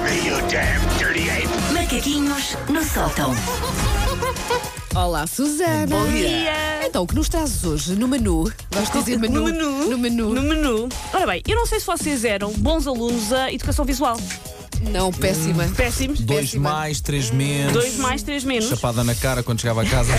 Jam 38. Macaquinhos no sótão. Olá, Susana. Bom dia. Então, o que nos trazes hoje no menu? Vais dizer menu? No menu. No menu. No menu. Ora bem, eu não sei se vocês eram bons alunos a educação visual. Não, péssima. Péssimos. Dois Péssima. mais, três menos. Dois mais, três menos. Chapada na cara quando chegava a casa.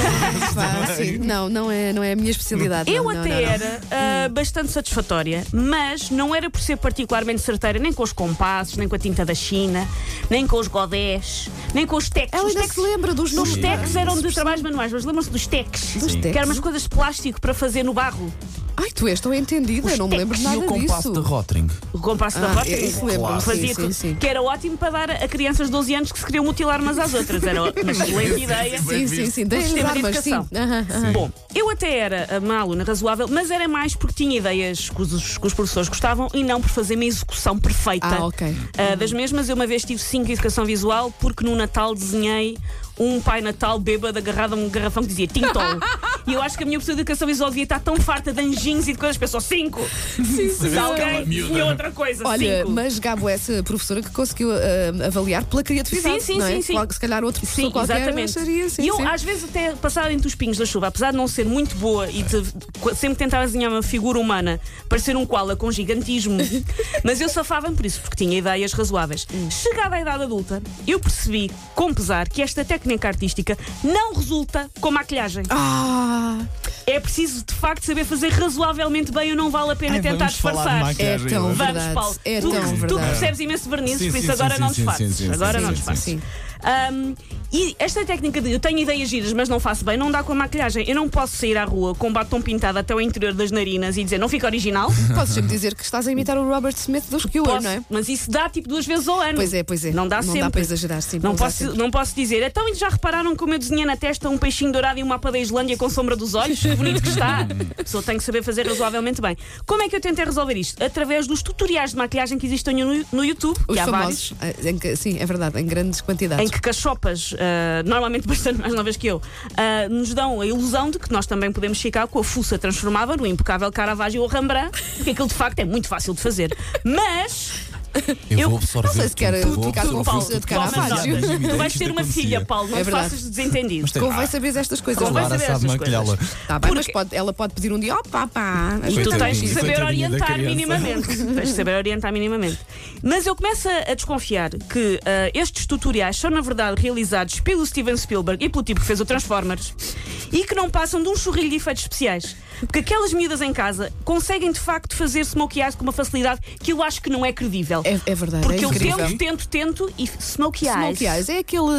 Pá, Ah, sim. Não, não é, não é a minha especialidade. Eu não, não, Hum. até não, não. era ah, bastante satisfatória, mas não era por ser particularmente certeira nem com os compassos, nem com a tinta da China, nem com os godés, nem com os teques. Ela os ainda teques, se lembra dos os nomes. teques eram dos trabalhos manuais, mas lembram-se dos teques. Dos Sim. teques. Que eram umas coisas de plástico para fazer no barro. Ai, tu és tão entendida, Os não me lembro teques. nada e o compasso disso. de Rotring. O compasso Ah, da porta. eu- isso lembro-me, Fazia sim, sim, tudo. sim. Que era ótimo para dar a crianças de 12 anos que se queriam mutilar umas às outras. Era uma excelente ideia. Sim, sim, sim. Deixa-lhe Sistema de armas, sim. educação. Aham, aham. Bom, eu até era uma aluna razoável, mas era mais porque tinha ideias que os, que os professores gostavam e não por fazer uma execução perfeita Ah, ok. ah, das mesmas. Eu uma vez tive 5 em educação visual porque no Natal desenhei um pai Natal bêbado agarrado a um garrafão que dizia Tintol. E eu acho que a minha pessoa de educação visual devia estar tão farta de anjinhos e de coisas, pensou cinco. Sim, sim. Alguém tinha outra coisa, Olha, cinco. mas Gabo é essa professora que conseguiu ah, avaliar pela criatividade. Sim, sim, não é? sim, sim. Claro que Se calhar outro professor Sim, qualquer exatamente. acharia. Sim, e eu, sim. às vezes, até passar entre os pinhos da chuva, apesar de não ser muito boa e de, de- sempre tentar desenhar uma figura humana para ser um koala com gigantismo, mas eu safava-me por isso, porque tinha ideias razoáveis. Chegada à idade adulta, eu percebi, com pesar, que esta técnica artística não resulta com maquilhagem. Ah, É preciso, de facto, saber fazer razoavelmente bem ou não vale a pena Ai, tentar vamos falar de disfarçar. maquilhagem. é Maquiagem, tão não é? Vamos, verdade. Paulo. É tu, tão tu verdade. percebes imenso vernizes, Sim, por isso sim, agora sim, não sim, disfarces. sim, sim, agora sim, não sim, disfarces. sim. Ahm, e esta técnica de eu tenho ideias giras, mas não faço bem, não dá com a maquilhagem. Eu não posso sair à rua com batom pintado até o interior das narinas e dizer não fica original. Podes sempre dizer que estás a imitar o Robert Smith dos Cure, Posso, não é? Mas isso dá tipo duas vezes ao ano. Pois é, pois é. Não dá Não dá sempre. para exagerar, sim, Não não dá posso, sempre. não posso dizer. Então, e já repararam como eu desenhei na testa um peixinho dourado e um mapa da Islândia com sombra dos olhos? Que bonito que está. A pessoa tem que saber fazer razoavelmente bem. Como é que eu tentei resolver isto? Através dos tutoriais de maquilhagem que existem no, no YouTube. Os que há vários. famosos. ah, em que- sim, é verdade, em grandes quantidades. em que cachopas, ah, normalmente bastante mais novas que eu, ah, nos dão a ilusão de que nós também podemos ficar com a fuça transformada no impecável Caravaggio ou Rembrandt, porque aquilo de facto é muito fácil de fazer. Mas. Eu, Eu- vou absorver. não sei se tudo, quer eu vou tu ficar absorver com tudo. a fuça de toma Caravaggio. nota. Imagina, Tu vais isto ter uma acontecia. filha, Paulo, não É te verdade. faças de desentendido. Mas tem- Convém Ah, saber estas coisas. Convém Clara saber sabe estas maquilhá-la. Tá bem, mas Porque- pode- ela pode pedir um dia, opá, pá. E tu tens de Coitadinho, saber coitadinho da orientar criança. minimamente. tens de saber orientar minimamente. Mas eu começo a a desconfiar que ah, estes tutoriais são, na verdade, realizados pelo Steven Spielberg e pelo tipo que fez o Transformers e que não passam de um churrilho de efeitos especiais. Porque aquelas miúdas em casa conseguem, de facto, fazer smokey eyes com uma facilidade que eu acho que não é credível. É, é verdade, Porque é eu incrível. tento, tento, tento e smokey eyes. Smoky eyes. É aquele uh,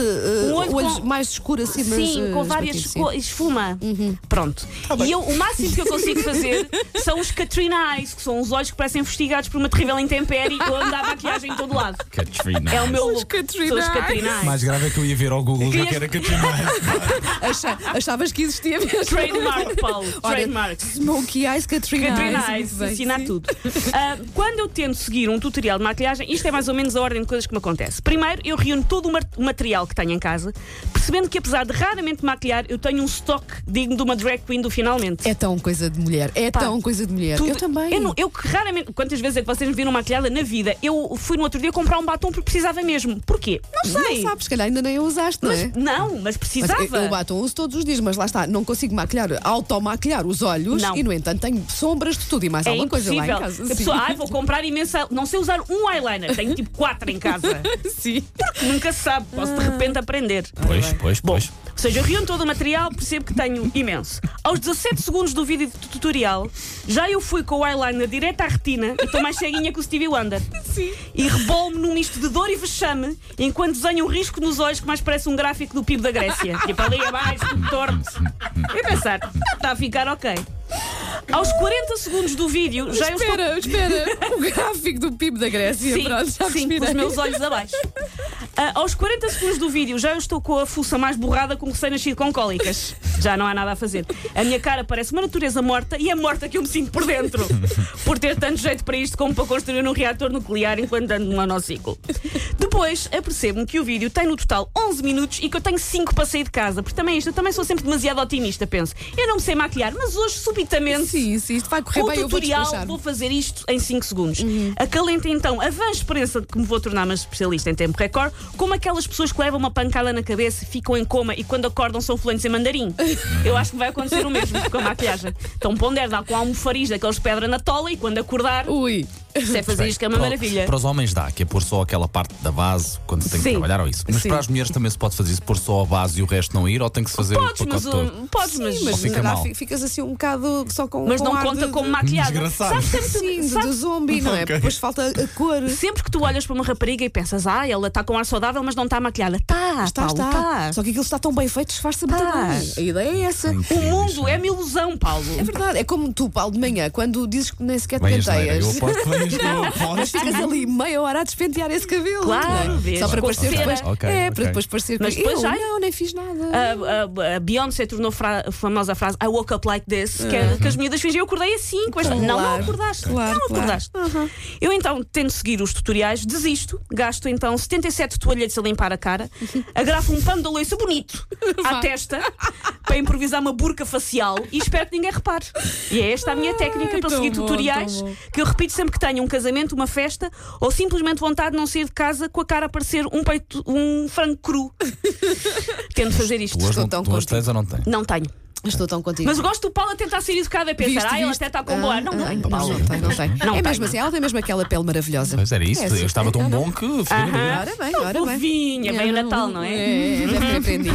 Um olho olho com- mais escuro assim, mas. Sim, uh, com várias esbatido, sim. co- esfuma. Uhum. Pronto. Tá e eu, o máximo que eu consigo fazer são os Katrina Eyes, que são os olhos que parecem investigados por uma terrível intempérie e onde há maquiagem em todo lado. Katrina. É o meu Os look. Katrina São os Eyes. Katrina Eyes. Mais grave é que eu ia ver ao Google já Querias- que era Katrina. Acha- achavas que existia mesmo. Trademark, Paulo. Olha, Trademark. Smoky eyes, Katrina. Catarina Eyes, Eyes, muito bem, ensinar sim. tudo. Ah, quando eu tento seguir um tutorial de maquilhagem, isto é mais ou menos a ordem de coisas que me acontece. Primeiro, eu reúno todo o mar- o material que tenho em casa, percebendo que apesar de raramente maquilhar, eu tenho um stock digno de uma drag queen do finalmente. É tão coisa de mulher. É Pá, tão coisa de mulher. Tudo. Eu também. Eu, não- eu que raramente. Quantas vezes é que vocês me viram maquilhada na vida? Eu fui no outro dia comprar um batom porque precisava mesmo. Porquê? Não sei. Não sabes, se calhar ainda nem a usaste, não é? mas, não, mas Mas precisava. eu, eu batom uso todos os dias, mas lá está, não consigo maquilhar, automaquilhar os olhos Não. e, no entanto, tenho sombras de tudo e mais é alguma coisa lá em impossível. casa. a pessoa, ai, vou comprar imensa. Não sei usar um eyeliner, tenho tipo quatro em casa. sim. Nunca se sabe, posso de repente aprender. Pois, pois, Bom, pois. ou seja, eu reúno todo o material, percebo que tenho imenso. Aos 17 segundos do vídeo de tutorial, já eu fui com o eyeliner direto à retina, eu estou mais ceguinha que o Stevie Wonder. Sim. E rebolo-me num misto de dor e vexame, enquanto desenho um risco nos olhos que mais parece um gráfico do PIB da Grécia. tipo ali abaixo, tudo torto. E pensar, está a ficar ok. Aos 40 segundos do vídeo, já eu estou Espera, espera. O gráfico do PIB da Grécia. Sim, pronto, já sim, com respirei. os meus olhos abaixo. Ah, aos 40 segundos do vídeo, já eu estou com a fuça mais borrada com recém-nascido com cólicas. Já não há nada a fazer. A minha cara parece uma natureza morta e é morta que eu me sinto por dentro. Por ter tanto jeito para isto como para construir um reator nuclear enquanto ando num monociclo. Depois apercebo-me que o vídeo tem no total 11 minutos e que eu tenho 5 para sair de casa, porque também isto, eu também sou sempre demasiado otimista, penso. Eu não me sei maquilhar, mas hoje subitamente Sim, sim, isto vai correr com o bem, eu Uhum. vou tutorial, despachar. vou fazer isto em 5 segundos. Acalenta então a vã esperança de que me vou tornar uma especialista em tempo recorde, como aquelas pessoas que levam uma pancada na cabeça, ficam em coma e quando acordam são fluentes em mandarim. Eu acho que vai acontecer o mesmo com a maquilhagem. Então ponder, dá com a almofariz daqueles de pedra na tola e quando acordar, Ui. se é fazer isto que é uma Para- maravilha. Para os homens dá, que é pôr só aquela parte da base quando se tem que Sim. trabalhar ou isso. Mas Sim. para as mulheres também se pode fazer isso, pôr só a base e o resto não ir, ou tem que se fazer Podes, o mas, pacote todo. um, podes, Sim, mas, mas fica na- mal. ficas assim um bocado só com mas com não ar conta de- como maquilhada. Desgraçado. Sabes que Sim, sempre- de, de sabes- zombi, não é? Ok. Depois falta a cor. Sempre que tu olhas para uma rapariga e pensas, ah, ela está com ar saudável, mas não tá está maquilhada. Está, Está, está. Só que aquilo está tão bem feito, disfarça muito Tá. bem. A ideia é essa. Sim. O mundo é uma ilusão, Paulo. É verdade, é como tu, Paulo, de manhã, quando dizes que nem sequer te Vem a geneira, penteias. eu aposto que vem a geneira, eu Mas aposto. ficas ali meia hora a despentear esse cabelo. Claro, vês, Só para com parecer cera. depois. Ok, é, ok. para depois parecer Mas que depois eu já- não, nem fiz nada. A, a- a Beyoncé tornou fra- a famosa frase I woke up like this, que, é- que as miúdas fingem eu acordei assim, com esta. Claro. Não, não acordaste. Claro, não claro. acordaste. Eu então tento seguir os tutoriais, desisto, gasto então 77 toalhetes a limpar a cara, agrafo um pano de louça bonito à testa para improvisar uma burca facial e espero que ninguém repare. E é esta a minha técnica para tão seguir bom, tutoriais tão bom. que eu repito sempre que tenho um casamento, uma festa ou simplesmente vontade de não sair de casa com a cara a parecer um peito, um frango cru. Tento fazer isto. Tu hoje Estou não- tão tu hoje contente. tens ou não tens? Não tenho. Estou tão contigo. Mas gosto do Paulo a tentar ser educado a pensar, Viste, ah, ele viste? até está com boa. ar." Não, Ah, não, ah, não, Não, Paulo. não tem, não tem. Não é tem, mesmo não. assim, ela tem mesmo aquela pele maravilhosa. Mas era isso, É, sim. eu estava tão bom que. Aham. Ora bem, ora bem. Fofinha, veio o Natal, não é? É, deve ter prendinha.